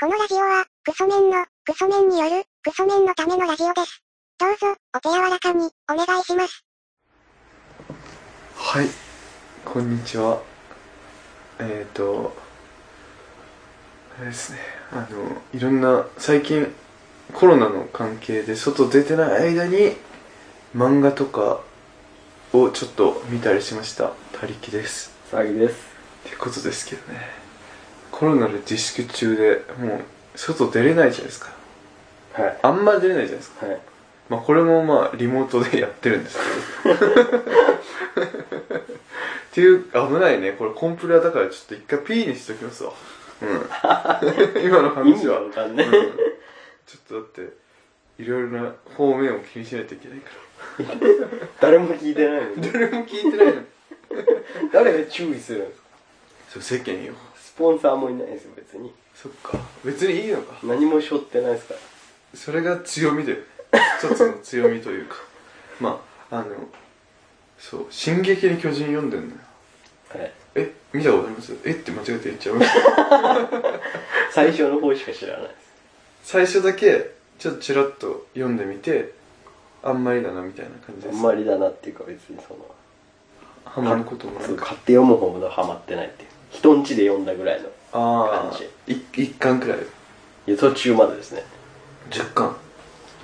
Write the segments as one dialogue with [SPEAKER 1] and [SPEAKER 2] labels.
[SPEAKER 1] このラジオは、クソメンの、クソメンによる、クソメンのためのラジオです。どうぞ、お手柔らかに、お願いします。
[SPEAKER 2] はい、こんにちは。えっ、ー、と、あれですね、あの、いろんな、最近、コロナの関係で外出てない間に、漫画とかをちょっと見たりしました。他力です。
[SPEAKER 3] 騒ぎです
[SPEAKER 2] ってことですけどね。コロナで自粛中でもう、外出れないじゃないですか。
[SPEAKER 3] はい
[SPEAKER 2] あんま出れないじゃないですか。
[SPEAKER 3] はい
[SPEAKER 2] まあ、これもまあリモートでやってるんですけどっていう危ないねこれコンプラだからちょっと一回 P にしときますわうん今の
[SPEAKER 3] 意
[SPEAKER 2] 話
[SPEAKER 3] 味が
[SPEAKER 2] は、
[SPEAKER 3] わかん
[SPEAKER 2] う
[SPEAKER 3] なんい、
[SPEAKER 2] ちょっとだっていろいろな方面を気にしないといけないか
[SPEAKER 3] 誰も聞いてないの
[SPEAKER 2] ら
[SPEAKER 3] に
[SPEAKER 2] 誰も聞いてないの
[SPEAKER 3] 誰が注意するんですか
[SPEAKER 2] そう世間よ
[SPEAKER 3] スポンサーもいないですよ別に
[SPEAKER 2] そっか別にいいのか
[SPEAKER 3] 何も背負ってないですから
[SPEAKER 2] それが強みだよね一つの強みというかまああのそう「進撃の巨人」読んでんのよ
[SPEAKER 3] はい、
[SPEAKER 2] え見たことありますえって間違えて言っちゃいました
[SPEAKER 3] 最初の方しか知らないです
[SPEAKER 2] 最初だけちょっとちらっと読んでみてあんまりだなみたいな感じ
[SPEAKER 3] あ
[SPEAKER 2] で
[SPEAKER 3] ん
[SPEAKER 2] す
[SPEAKER 3] まりだなっていうか別にその
[SPEAKER 2] ハマることもな
[SPEAKER 3] そう
[SPEAKER 2] く
[SPEAKER 3] 買って読む方ほどハマってないっていう人んちで読んだぐらいの
[SPEAKER 2] あ
[SPEAKER 3] 感
[SPEAKER 2] あい一巻くらい
[SPEAKER 3] いや途中までですね
[SPEAKER 2] 10巻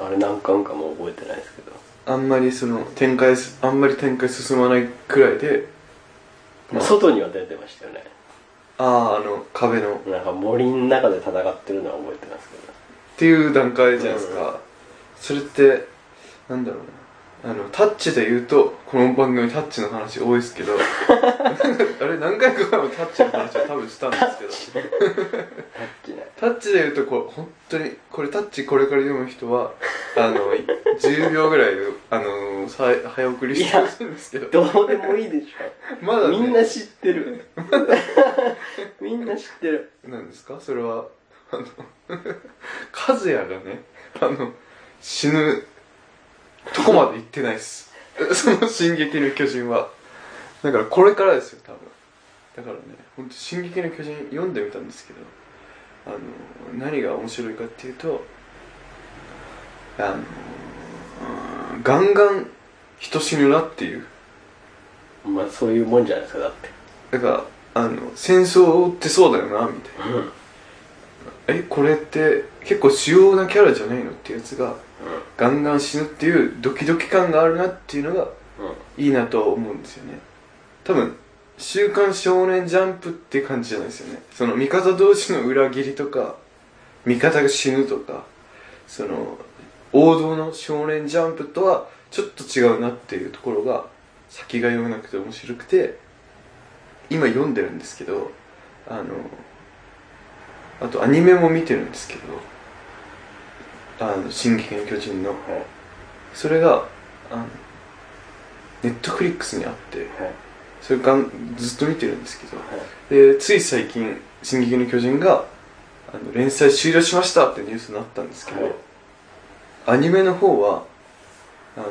[SPEAKER 3] あれ何巻かもう覚えてないですけど
[SPEAKER 2] あんまりその展開すあんまり展開進まないくらいで
[SPEAKER 3] まあ外には出てましたよね
[SPEAKER 2] あああの壁のっ
[SPEAKER 3] なんか森の中で戦ってるのは覚えてますけど
[SPEAKER 2] ていう段階じゃないですか、それってなんだろうなあのタッチで言うとこの番組タッチの話多いですけ どあれ何回か前もタッチの話は多分したんですけど
[SPEAKER 3] タッチね
[SPEAKER 2] タッチで言うとこう本当にこれタッチこれから読む人は あのい10秒ぐらいのあのさ早送りしてほしいんですけど
[SPEAKER 3] どうでもいいでし
[SPEAKER 2] まだ、
[SPEAKER 3] ょ
[SPEAKER 2] ね、
[SPEAKER 3] みんな知ってるみんな知ってる
[SPEAKER 2] なんですかそれはあの 和也がねあの死ぬとこまで行ってないっす その「進撃の巨人は」だからこれからですよ多分だからねほんと「進撃の巨人」読んでみたんですけどあの何が面白いかっていうとあのうんガンガン人死ぬなっていう
[SPEAKER 3] まあそういうもんじゃないですかだって
[SPEAKER 2] だからあの戦争ってそうだよなみたいな
[SPEAKER 3] うん、うん、
[SPEAKER 2] えこれって結構主要なキャラじゃないのってやつがガンガン死ぬっていうドキドキ感があるなっていうのがいいなとは思うんですよね多分「週刊少年ジャンプ」って感じじゃないですよねその味方同士の裏切りとか味方が死ぬとかその王道の少年ジャンプとはちょっと違うなっていうところが先が読めなくて面白くて今読んでるんですけどあのあとアニメも見てるんですけど「あの進撃の巨人の」
[SPEAKER 3] はい
[SPEAKER 2] それがあのネットフリックスにあって
[SPEAKER 3] はい
[SPEAKER 2] それがんずっと見てるんですけど
[SPEAKER 3] はい
[SPEAKER 2] でつい最近「進撃の巨人が」あの連載終了しましたってニュースになったんですけど、
[SPEAKER 3] はい
[SPEAKER 2] アニメの方はあの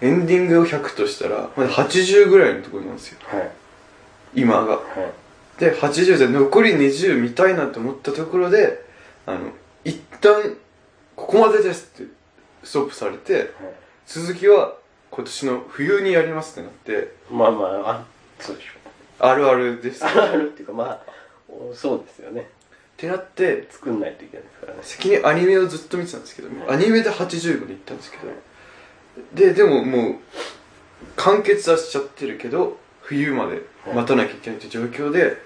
[SPEAKER 2] エンディングを100としたらまだ80ぐらいのところなんですよ
[SPEAKER 3] はい
[SPEAKER 2] 今が
[SPEAKER 3] はい
[SPEAKER 2] で80で残り20見たいなと思ったところであの一旦ここまでですってストップされて
[SPEAKER 3] はい
[SPEAKER 2] 続きは今年の冬にやりますってなって
[SPEAKER 3] まあまああそうでしょ
[SPEAKER 2] あるあるですっ
[SPEAKER 3] あるっていうかまあおそうですよね
[SPEAKER 2] てなって
[SPEAKER 3] 作んないといけないですからね
[SPEAKER 2] 先にアニメをずっと見てたんですけどアニメで80まで行ったんですけどででももう完結はしちゃってるけど冬まで待たなきゃいけないという状況で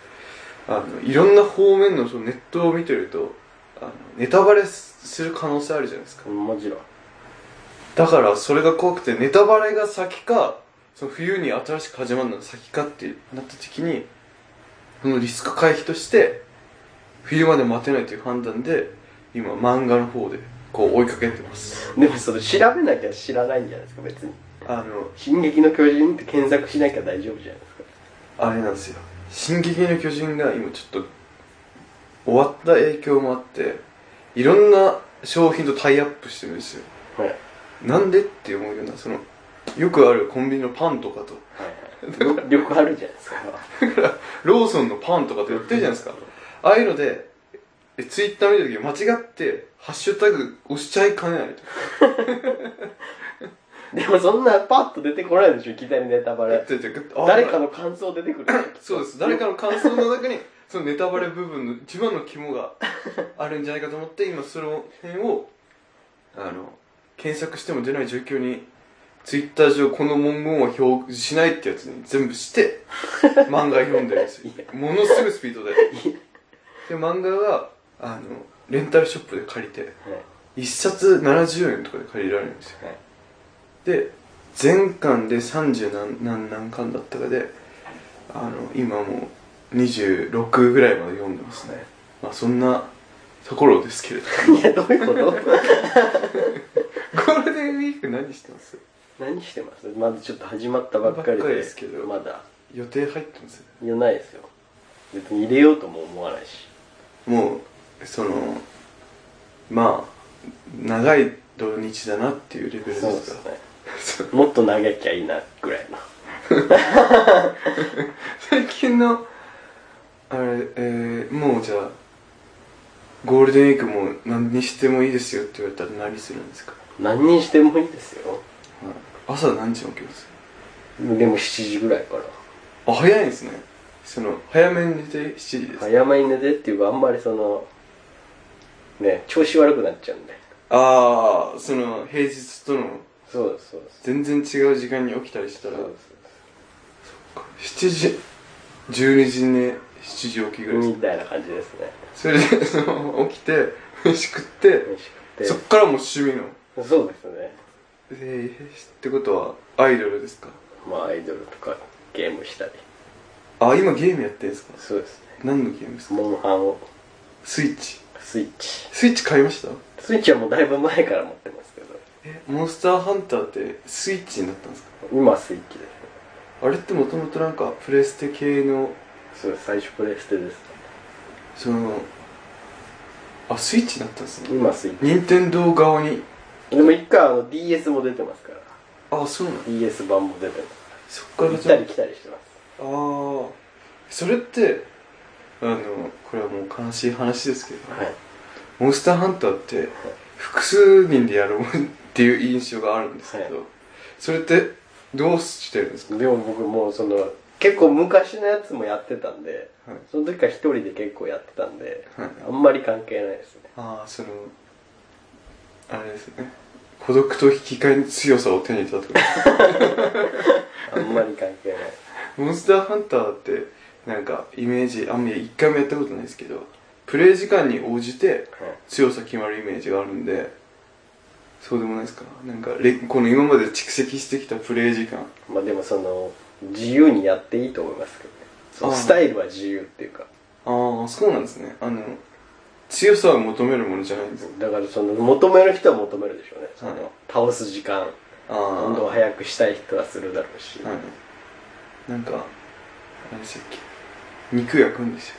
[SPEAKER 2] あのいろんな方面のそのネットを見てるとあのネタバレする可能性あるじゃないですか
[SPEAKER 3] もちろん
[SPEAKER 2] だからそれが怖くてネタバレが先かその冬に新しく始まるのが先かってなった時にそのリスク回避として冬まで待てないという判断で今漫画の方でこう追いかけてます
[SPEAKER 3] でもそれ調べなきゃ知らないんじゃないですか別に
[SPEAKER 2] あの
[SPEAKER 3] 「進撃の巨人」って検索しなきゃ大丈夫じゃないですか
[SPEAKER 2] あれなんですよ「進撃の巨人」が今ちょっと終わった影響もあっていろんな商品とタイアップしてるんですよ
[SPEAKER 3] はいはい
[SPEAKER 2] なんでって思うようなそのよくあるコンビニのパンとかと
[SPEAKER 3] はいよよくあるじゃないですか
[SPEAKER 2] ローソンのパンとかって売ってるじゃないですかああいうのでえツイッター見た時間違ってハッシュタグ押しちゃいかねないと
[SPEAKER 3] でもそんなパッと出てこないでしょいきなりネタバレ誰
[SPEAKER 2] 誰
[SPEAKER 3] かの感想出てくる
[SPEAKER 2] そうです誰かの感想の中に そのネタバレ部分の一番の肝があるんじゃないかと思って今その辺をあの検索しても出ない状況にツイッター上この文言は表示しないってやつに全部 して漫画読んでるんですよものすごいスピードでで漫画があのレンタルショップで借りて
[SPEAKER 3] はい
[SPEAKER 2] 1冊70円とかで借りられるんですよ
[SPEAKER 3] はい
[SPEAKER 2] で全巻で30何何何巻だったかであの今もう26ぐらいまで読んでますねまあそんなところですけれど
[SPEAKER 3] いやどういうこと
[SPEAKER 2] ゴールデンウィーク何してます
[SPEAKER 3] 何してますまだちょっと始まったばっかり
[SPEAKER 2] ばっかりですけど
[SPEAKER 3] まだ
[SPEAKER 2] 予定入ってます
[SPEAKER 3] いやないですよ別に入れようとも思わないし
[SPEAKER 2] もうそのまあ長い土日だなっていうレベル
[SPEAKER 3] そう
[SPEAKER 2] で
[SPEAKER 3] ですす
[SPEAKER 2] か
[SPEAKER 3] ね
[SPEAKER 2] らそう
[SPEAKER 3] もっと投げきゃいいなぐらいの
[SPEAKER 2] 最近のあれえー、もうじゃあゴールデンウィークも何にしてもいいですよって言われたら何するんですか
[SPEAKER 3] 何にしてもいいですよ
[SPEAKER 2] 朝何時に起きます
[SPEAKER 3] でも7時ぐらいから
[SPEAKER 2] あ早いんですねその早めに寝て7時です、
[SPEAKER 3] 早めに寝てっていうかあんまりそのね調子悪くなっちゃうんで
[SPEAKER 2] ああその平日との
[SPEAKER 3] そうですそうです
[SPEAKER 2] 全然違う時間に起きたりした
[SPEAKER 3] そう
[SPEAKER 2] ら
[SPEAKER 3] です
[SPEAKER 2] 7時12時寝7時起きぐらいです
[SPEAKER 3] みたいな感じですね
[SPEAKER 2] それでその起きて 飯食って
[SPEAKER 3] 飯
[SPEAKER 2] そ
[SPEAKER 3] 食
[SPEAKER 2] っ
[SPEAKER 3] っ
[SPEAKER 2] からもう趣味の
[SPEAKER 3] てそうですね
[SPEAKER 2] えー、ってことはアイドルですか
[SPEAKER 3] まあアイドルとかゲームしたり
[SPEAKER 2] あ今ゲームやってるんですか
[SPEAKER 3] そうですね
[SPEAKER 2] 何のゲームですか
[SPEAKER 3] モンハンを
[SPEAKER 2] スイッチ
[SPEAKER 3] スイッチ
[SPEAKER 2] スイッチ買いました
[SPEAKER 3] スイッチはもうだいぶ前から持ってますけど
[SPEAKER 2] えモンスターハンターってスイッチになったんですか
[SPEAKER 3] 今はスイッチですね
[SPEAKER 2] あれってもともとなんかプレステ系の
[SPEAKER 3] そうです最初プレステです
[SPEAKER 2] そのあスイッチだったんですね
[SPEAKER 3] 今スイッ
[SPEAKER 2] 任天堂側に
[SPEAKER 3] チでも一回あの DS も出てますから
[SPEAKER 2] あそうなの
[SPEAKER 3] DS 版も出てます
[SPEAKER 2] そっから
[SPEAKER 3] 行っ
[SPEAKER 2] じゃあ
[SPEAKER 3] たり来たりしてます
[SPEAKER 2] あーそれってあのこれはもう悲しい話ですけど、
[SPEAKER 3] はい
[SPEAKER 2] モンスターハンターって複数人でやるもんっていう印象があるんですけど、
[SPEAKER 3] は
[SPEAKER 2] それってどうしてるんですか
[SPEAKER 3] でも僕もうその結構昔のやつもやってたんで、
[SPEAKER 2] はい
[SPEAKER 3] その時から一人で結構やってたんで、
[SPEAKER 2] はい
[SPEAKER 3] あんまり関係ないですね
[SPEAKER 2] ああそのあれですね孤独と引き換えの強さを手に入れたとか
[SPEAKER 3] あんまり関 係ない
[SPEAKER 2] モンスターハンターってなんかイメージあんまり一回もやったことないですけどプレイ時間に応じて強さ決まるイメージがあるんでそうでもないですかなんかれこの今まで蓄積してきたプレイ時間
[SPEAKER 3] まあでもその自由にやっていいと思いますけどねその
[SPEAKER 2] あー
[SPEAKER 3] スタイルは自由っていうか
[SPEAKER 2] ああそうなんですねあの強さを求めるものじゃないんです
[SPEAKER 3] だからその求める人は求めるでしょうねその、
[SPEAKER 2] はい
[SPEAKER 3] 倒す時間
[SPEAKER 2] あ
[SPEAKER 3] 運動
[SPEAKER 2] は
[SPEAKER 3] 早くしたい人はするだろうし、
[SPEAKER 2] いなんかあれでしたっけ肉焼くんでしたっ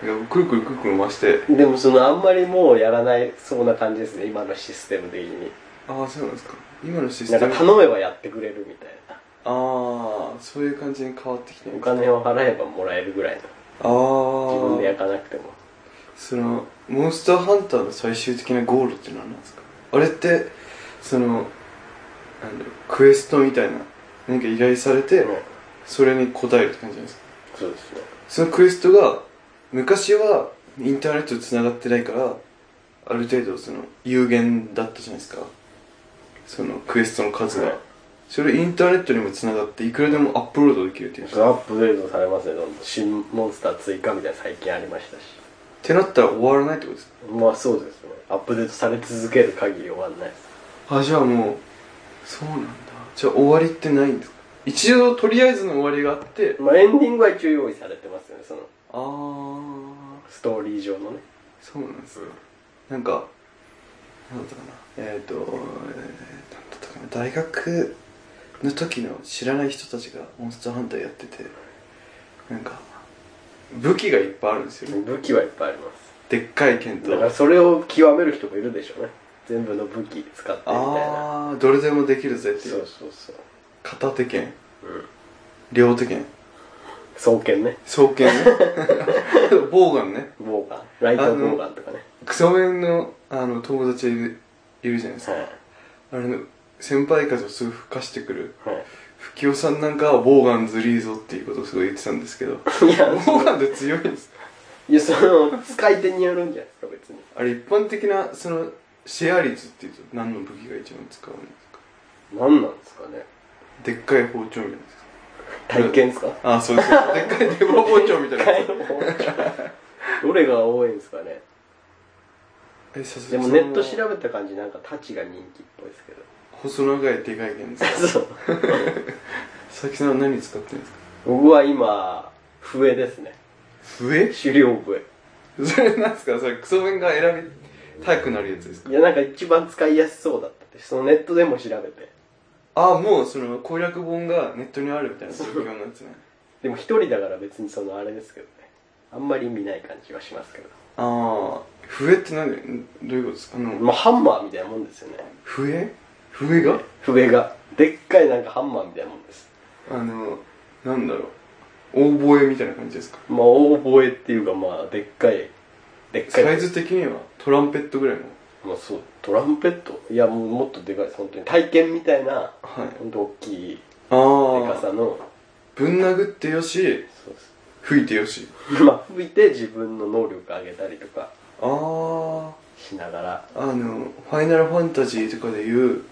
[SPEAKER 2] けなんかくるくるくるくる回して
[SPEAKER 3] でもそのあんまりもうやらないそうな感じですね今のシステム的に
[SPEAKER 2] ああそうなんですか今のシス
[SPEAKER 3] な
[SPEAKER 2] テ
[SPEAKER 3] ん
[SPEAKER 2] ム
[SPEAKER 3] か頼めばやってくれるみたいな
[SPEAKER 2] ああそういう感じに変わってきてる
[SPEAKER 3] お金を払えばもらえるぐらいの
[SPEAKER 2] ああ
[SPEAKER 3] 自分で焼かなくても
[SPEAKER 2] そのモンスターハンターの最終的なゴールって何なんですかあれってそのなんだろうクエストみたいななんか依頼されて、
[SPEAKER 3] うん
[SPEAKER 2] それに答えるって感じなんですか
[SPEAKER 3] そうですね
[SPEAKER 2] そのクエストが昔はインターネットつながってないからある程度その有限だったじゃないですかそのクエストの数が、
[SPEAKER 3] はい
[SPEAKER 2] それインターネットにもつながっていくらでもアップロードできるっていう
[SPEAKER 3] それアップデートされますねどんどん新モンスター追加みたいな最近ありましたし
[SPEAKER 2] ってなったら終わらないってことですか
[SPEAKER 3] まあそうですねアップデートされ続ける限り終わんないです
[SPEAKER 2] あじゃあもうそうなんだじゃあ終わりってないんですか一応とりあえずの終わりがあって
[SPEAKER 3] まあエンディングは一応用意されてますよねその
[SPEAKER 2] ああ
[SPEAKER 3] ストーリー上のね
[SPEAKER 2] そうなんですねなんかなんだったかなえっ、と、えー、なんだったかな大学の時の知らない人たちがモンスターハンターやっててなんか武器がいっぱいあるんですよね
[SPEAKER 3] 武器はいっぱいありま
[SPEAKER 2] でっかい剣
[SPEAKER 3] す
[SPEAKER 2] と
[SPEAKER 3] だからそれを極める人もいるでしょうね全部の武器使ってみたいな
[SPEAKER 2] ああどれでもできるぜってい
[SPEAKER 3] そううそうそう
[SPEAKER 2] 片手剣
[SPEAKER 3] うん
[SPEAKER 2] 両手剣
[SPEAKER 3] 双剣ね
[SPEAKER 2] 双剣ねボウガンね
[SPEAKER 3] ボボーガンライターボーガンとかね
[SPEAKER 2] クソメンのあの友達いるいるじゃないですか、
[SPEAKER 3] はい
[SPEAKER 2] あれの先輩風をすぐ吹かしてくる
[SPEAKER 3] はい
[SPEAKER 2] 吹きおさんなんかはボーガンズリーぞっていうことをすごい言ってたんですけど
[SPEAKER 3] いや
[SPEAKER 2] ボーガンズ強いんです
[SPEAKER 3] いやその使い手によるんじゃないですか別に
[SPEAKER 2] あれ一般的なそのシェア率っていうと何の武器が一番使うんですか
[SPEAKER 3] 何なんですかね
[SPEAKER 2] でっかい包丁みたいなやつですか
[SPEAKER 3] 体験ですか
[SPEAKER 2] あそうですでっかい電話包丁みたいなや つ
[SPEAKER 3] どれが多いんですかね
[SPEAKER 2] えさす
[SPEAKER 3] でもネット調べた感じなんかタチが人気っぽいですけ
[SPEAKER 2] 細長いでかい剣ですか
[SPEAKER 3] どそう
[SPEAKER 2] 佐々木さんは何使ってるんですか
[SPEAKER 3] 僕は今笛ですね
[SPEAKER 2] 笛
[SPEAKER 3] 狩猟笛
[SPEAKER 2] それなんですかそれクソメンが選びたくなるやつですか
[SPEAKER 3] いやなんか一番使いやすそうだったってそのネットでも調べて
[SPEAKER 2] ああもうその攻略本がネットにあるみたいな状況なんですね
[SPEAKER 3] でも一人だから別にそのあれですけどねあんまり見ない感じはしますけど
[SPEAKER 2] ああ笛って何んどういうことですかあの
[SPEAKER 3] まあハンマーみたいなもんですよね
[SPEAKER 2] 笛笛が
[SPEAKER 3] 笛がでっかいなんかハンマーみたいなもんです
[SPEAKER 2] あのなんだろうオーボエみたいな感じですか
[SPEAKER 3] まあ大声っていうかまあでっかいでっかい
[SPEAKER 2] サイズ的にはトランペットぐらいの
[SPEAKER 3] まあそうトランペットいやもうもっとでかいです本当に体験みたいな、
[SPEAKER 2] はい
[SPEAKER 3] 本当大きいでか
[SPEAKER 2] ああ
[SPEAKER 3] さの
[SPEAKER 2] ぶん殴ってよし
[SPEAKER 3] そうで
[SPEAKER 2] 吹いてよし
[SPEAKER 3] すまあ吹いて自分の能力上げたりとか
[SPEAKER 2] ああ
[SPEAKER 3] しながら
[SPEAKER 2] あの「ファイナルファンタジー」とかでいう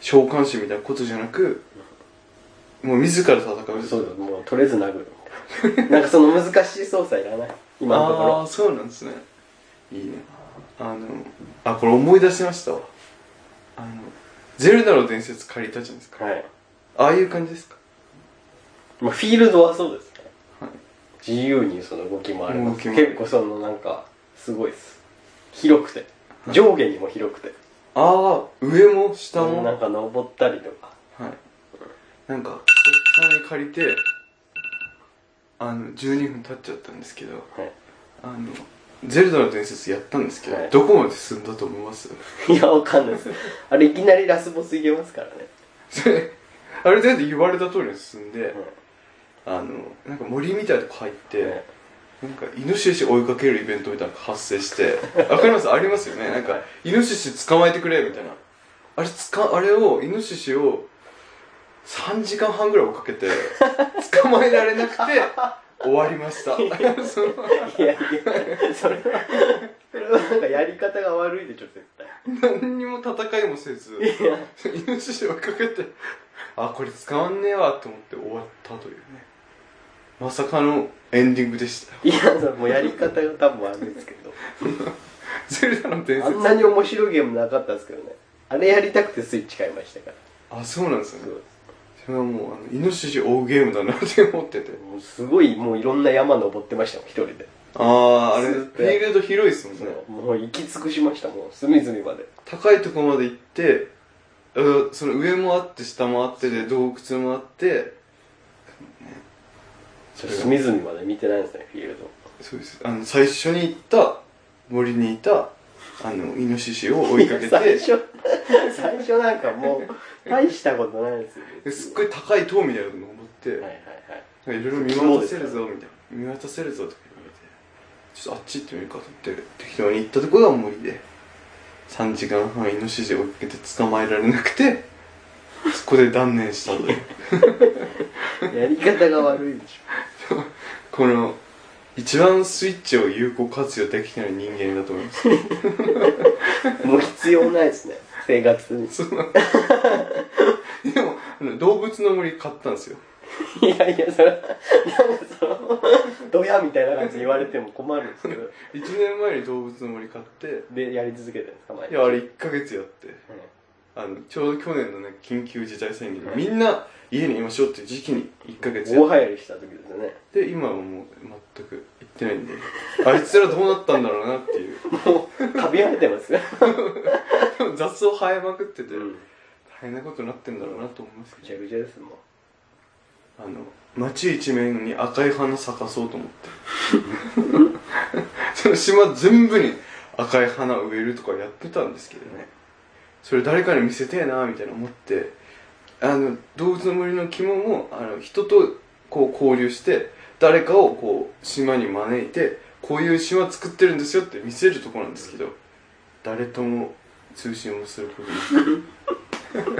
[SPEAKER 2] 召喚師みたいなことじゃなくもう自ら戦う
[SPEAKER 3] そうですもうとりあえず殴るみたいななんかその難しい操作いらない今のとこ
[SPEAKER 2] ああー
[SPEAKER 3] ろ
[SPEAKER 2] そうなんですねいいねあのあこれ思い出しましたわあの「ゼルダの伝説」借りたじゃないですか
[SPEAKER 3] はい、
[SPEAKER 2] ああいう感じですか
[SPEAKER 3] まあ、フィールドはそうですね
[SPEAKER 2] はい
[SPEAKER 3] 自由にその動き回れます
[SPEAKER 2] 動き回る
[SPEAKER 3] 結構そのなんかすごいです広くて上下にも広くて
[SPEAKER 2] ああ上も下も、
[SPEAKER 3] なんか登ったりとか
[SPEAKER 2] はいなんかさんに借りてあの12分経っちゃったんですけど
[SPEAKER 3] はい
[SPEAKER 2] あのゼルダの伝説やったんですけど、
[SPEAKER 3] はい
[SPEAKER 2] どこまで進んだと思います
[SPEAKER 3] いや、わかんないです。あれ、いきなりラスボスいけま すからね。
[SPEAKER 2] それある程度言われた通りに進んで、あのなんか森みたいなとこ入って、
[SPEAKER 3] ね
[SPEAKER 2] なんかイノシシ追いかけるイベントみたいなのが発生してわかりますありますよねなんかイノシシ捕まえてくれみたいなあれつかあれをイノシシを3時間半ぐらい追いかけて捕まえられなくて終わりましたその
[SPEAKER 3] いやいや、それは、それはなんかやり方が悪いでしょ、絶対。
[SPEAKER 2] 何にも戦いもせず
[SPEAKER 3] いや、
[SPEAKER 2] イノシシ追いかけてあこれ捕まんねえわと思って終わったというねまさかのエンディングでした
[SPEAKER 3] いや、それもうやり方が多分悪いですけど。
[SPEAKER 2] ゼルダの伝
[SPEAKER 3] あ
[SPEAKER 2] 説
[SPEAKER 3] んなに面白いゲームなかったですけどね。あれやりたくてスイッチ買いましたから。
[SPEAKER 2] あそうなんですよ
[SPEAKER 3] す
[SPEAKER 2] ね
[SPEAKER 3] ごい
[SPEAKER 2] それはもうあのイノシシ追うゲームだなって思ってて
[SPEAKER 3] もうすごい、もういろんな山登ってましたもん、一人で。
[SPEAKER 2] あああれ
[SPEAKER 3] ず
[SPEAKER 2] フ
[SPEAKER 3] っ
[SPEAKER 2] ィ
[SPEAKER 3] と
[SPEAKER 2] ールド広いですもんね
[SPEAKER 3] そうもう行き尽くしました、もう隅々まで。
[SPEAKER 2] 高いとこまで行ってあその上もあって下もあってで洞窟もあって
[SPEAKER 3] それ隅々まで見てないんですね、フィールド。
[SPEAKER 2] そうですあの最初に行った森にいたあのイノシシを追いか け
[SPEAKER 3] 最
[SPEAKER 2] て
[SPEAKER 3] 初、最初なんかもう、大したことないですよ。
[SPEAKER 2] ですっごい高い塔みたいなの登って、
[SPEAKER 3] はいはいはい。
[SPEAKER 2] なんかいろいろ見渡せるぞみたいな見渡せるぞとか言われてちょっとあっち行ってみるかと思って適当に行ったところが森で3時間半イノシシを追っかけて捕まえられなくてそこで断念したという
[SPEAKER 3] やり方が悪いでし
[SPEAKER 2] この一番スイッチを有効活用できてない人間だと思います
[SPEAKER 3] ょもう必要ないですね生活に
[SPEAKER 2] そうなん ですでもあの動物の森買ったんですよ
[SPEAKER 3] いやいやそれなんかそのドヤみたいな感じで言われても困るんですけど
[SPEAKER 2] 1年前に動物の森買って
[SPEAKER 3] でやり続けてるんですか毎
[SPEAKER 2] い
[SPEAKER 3] 日
[SPEAKER 2] やあれ1ヶ月やって
[SPEAKER 3] うん
[SPEAKER 2] あのちょうど去年のね緊急事態宣言でみんな家にいましょうっていう時期に1ヶ月やっ
[SPEAKER 3] 大流行りした時ですよね
[SPEAKER 2] て今はもう全く行ってないんであいつらどうなったんだろうなっていう
[SPEAKER 3] もうかびられてますよ、
[SPEAKER 2] 雑草生えまくってて
[SPEAKER 3] うん、
[SPEAKER 2] 大変なことになってんだろうなと思います
[SPEAKER 3] ぐ
[SPEAKER 2] け
[SPEAKER 3] ちゃ
[SPEAKER 2] ど
[SPEAKER 3] ぐちゃですもん
[SPEAKER 2] あの街一面に赤い花咲かそうと思ってその島全部に赤い花植えるとかやってたんですけどねそれ誰かに見せてえなみたいな思ってあの動物の森の肝もあの人とこう交流して誰かをこう島に招いてこういう島作ってるんですよって見せるとこなんですけど誰とも通信をすることなく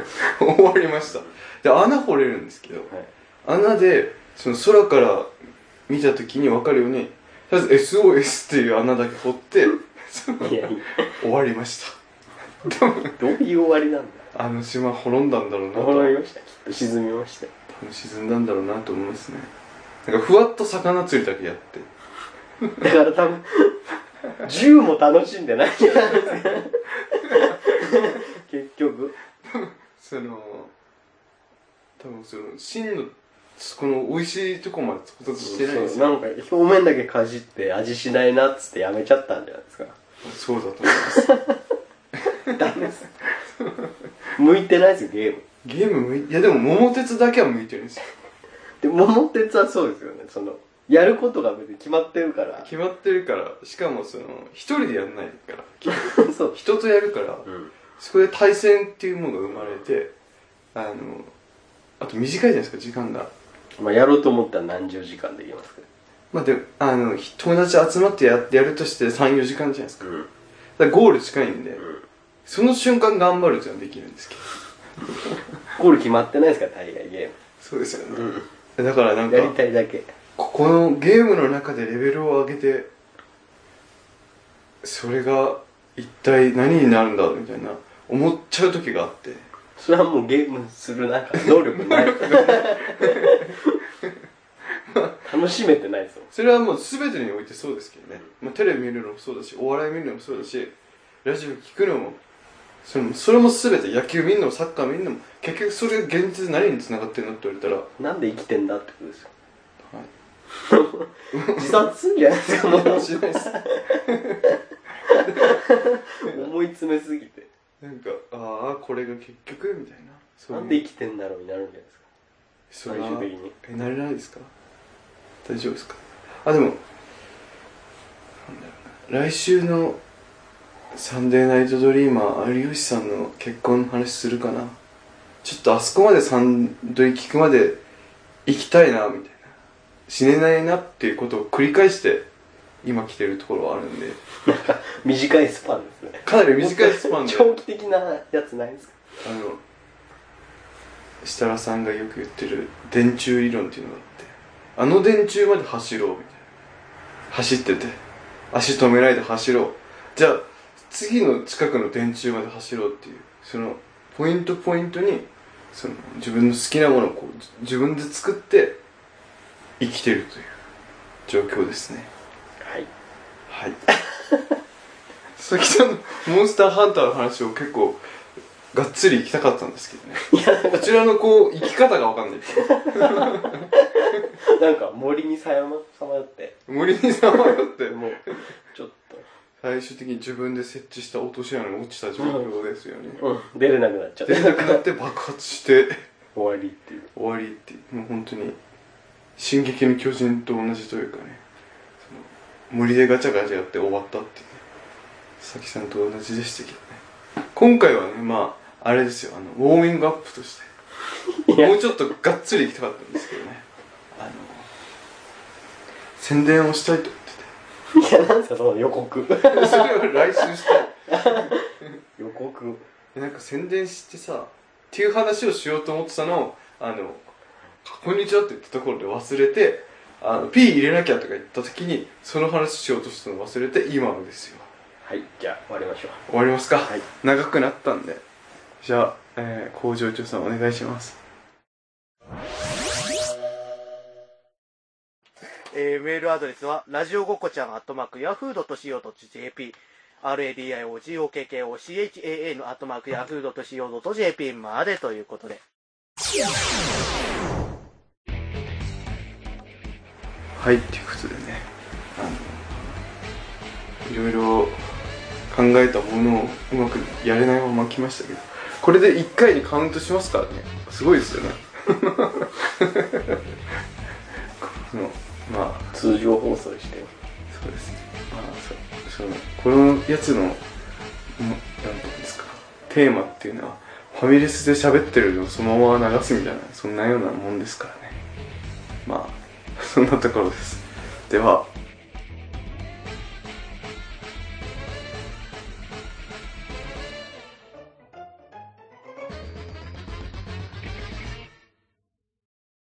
[SPEAKER 2] 終わりましたで穴掘れるんですけど
[SPEAKER 3] はい
[SPEAKER 2] 穴でその空から見た時に分かるようにとりあえず SOS っていう穴だけ掘って その
[SPEAKER 3] いやいや
[SPEAKER 2] 終わりまし
[SPEAKER 3] どういう終わりなんだ
[SPEAKER 2] たあの島滅んだんだろうなと
[SPEAKER 3] 滅びましたきっと沈みました
[SPEAKER 2] 多分沈んだんだろうなと思いますねなんかふわっと魚釣りだけやって
[SPEAKER 3] だから多分銃も楽しんでないじゃないですか結局
[SPEAKER 2] その多分その真のこの美味しいとこまで到達してないんですよ
[SPEAKER 3] そうなんか表面だけかじって味しないなっつってやめちゃったんじゃないですか
[SPEAKER 2] そうだと思います
[SPEAKER 3] ダメです向いてないですよゲーム
[SPEAKER 2] ゲーム向いいやでも桃鉄だけは向いてるんですよ
[SPEAKER 3] で桃鉄はそうですよねそのやることが別に決まってるから
[SPEAKER 2] 決まってるからしかもその一人でやんないから
[SPEAKER 3] そう
[SPEAKER 2] 人とやるから
[SPEAKER 3] うん
[SPEAKER 2] そこで対戦っていうものが生まれてあのあと短いじゃないですか時間が
[SPEAKER 3] まあやろうと思ったら何十時間できますけ
[SPEAKER 2] まあであのひ友達集まってややるとして34時間じゃないですか
[SPEAKER 3] どうん
[SPEAKER 2] だからゴール近いんで、
[SPEAKER 3] ん
[SPEAKER 2] その瞬間頑張るっていうのはできるんですけど
[SPEAKER 3] ゴール決まってないですから大概ゲ
[SPEAKER 2] そうですよ
[SPEAKER 3] ー
[SPEAKER 2] ね、
[SPEAKER 3] ム
[SPEAKER 2] だからなんか
[SPEAKER 3] やりたいだけ
[SPEAKER 2] ここのゲームの中でレベルを上げてそれが一体何になるんだみたいな思っちゃう時があって
[SPEAKER 3] それはもうゲームするなんか能力ない楽しめてないですよ
[SPEAKER 2] それはもう全てにおいてそうですけどね、まあ、テレビ見るのもそうだしお笑い見るのもそうだしラジオ聞くのもそれもそれも全て野球見るのもサッカー見るのも結局それが現実何に繋がってるのって言われたら
[SPEAKER 3] なんで生きてんだってことですよ
[SPEAKER 2] はい
[SPEAKER 3] 自殺すんじゃないですかも
[SPEAKER 2] かも
[SPEAKER 3] う
[SPEAKER 2] しれないです
[SPEAKER 3] 思い詰めすぎて
[SPEAKER 2] なんかああこれが結局みたいなそうい
[SPEAKER 3] な
[SPEAKER 2] うん
[SPEAKER 3] で生きてんだろうになるんじゃないですか
[SPEAKER 2] それ
[SPEAKER 3] 最
[SPEAKER 2] は
[SPEAKER 3] 終的に
[SPEAKER 2] えなれないですか大丈夫ですかあでもなんだろうな来週の「サンデーナイトドリーマー」有吉さんの結婚の話するかなちょっとあそこまでサンドリ聞くまで行きたいなみたいな死ねないなっていうことを繰り返して今来てるところはあるんで
[SPEAKER 3] 短いスパンですね
[SPEAKER 2] かなり短いスパンで
[SPEAKER 3] 長期的なやつないですか
[SPEAKER 2] あの設楽さんがよく言ってる電柱理論っていうのがあってあの電柱まで走ろうみたいな走ってて足止めないで走ろうじゃあ次の近くの電柱まで走ろうっていうそのポイントポイントにその自分の好きなものをこうじ自分で作って生きてるという状況ですね
[SPEAKER 3] はい
[SPEAKER 2] はい佐々木さんのモンスターハンターの話を結構がっつり行きたかったんですけどね
[SPEAKER 3] いや
[SPEAKER 2] こちらのこう生き方がわかんない
[SPEAKER 3] なんか森にさまさまって
[SPEAKER 2] 森にさまよって
[SPEAKER 3] もうちょっ
[SPEAKER 2] 最終的に自分で設置した落とし穴に落ちた状況ですよね
[SPEAKER 3] と、うん、出れなくなっちゃって
[SPEAKER 2] でなくなって爆発して
[SPEAKER 3] 終わりっていう
[SPEAKER 2] 終わりっていうもう本当に「進撃の巨人」と同じというかねその森でガチャガチャやって終わったっていうね佐々木さんと同じでしたけどね今回はねまああれですよあのウォーミングアップとして
[SPEAKER 3] いや
[SPEAKER 2] もうちょっとがっつり行きたかったんですけどねあの宣伝をしたいと思ってて
[SPEAKER 3] いやなんですかその 予告
[SPEAKER 2] それは来週した
[SPEAKER 3] 予告
[SPEAKER 2] いなんか宣伝してさっていう話をしようと思ってたのをあの「こんにちは」って言ったところで忘れてあの P 入れなきゃとか言った時にその話しようとしたの忘れて今のですよ
[SPEAKER 3] はいじゃあ終わりましょう
[SPEAKER 2] 終わりますか、
[SPEAKER 3] はい
[SPEAKER 2] 長くなったんでじゃあ、えー、工場長さんお願いします
[SPEAKER 4] えーメールアドレスは、ラジオごこちゃん、アットマーク、ヤフードとしようと JP、RADIOGOKKOCHAA のアットマーク、ヤフードとしようと JP までということで。
[SPEAKER 2] はいっていうことでねあのいろいろ考えたものをうまくやれないまま来ましたけどこれで1回にカウントしますからねすごいですよね このまあ
[SPEAKER 3] 通常放送して
[SPEAKER 2] そうですねまあそそのこのやつのもなんていうんですかテーマっていうのはファミレスで喋ってるのをそのまま流すみたいなそんなようなもんですからねまあそんなところですでは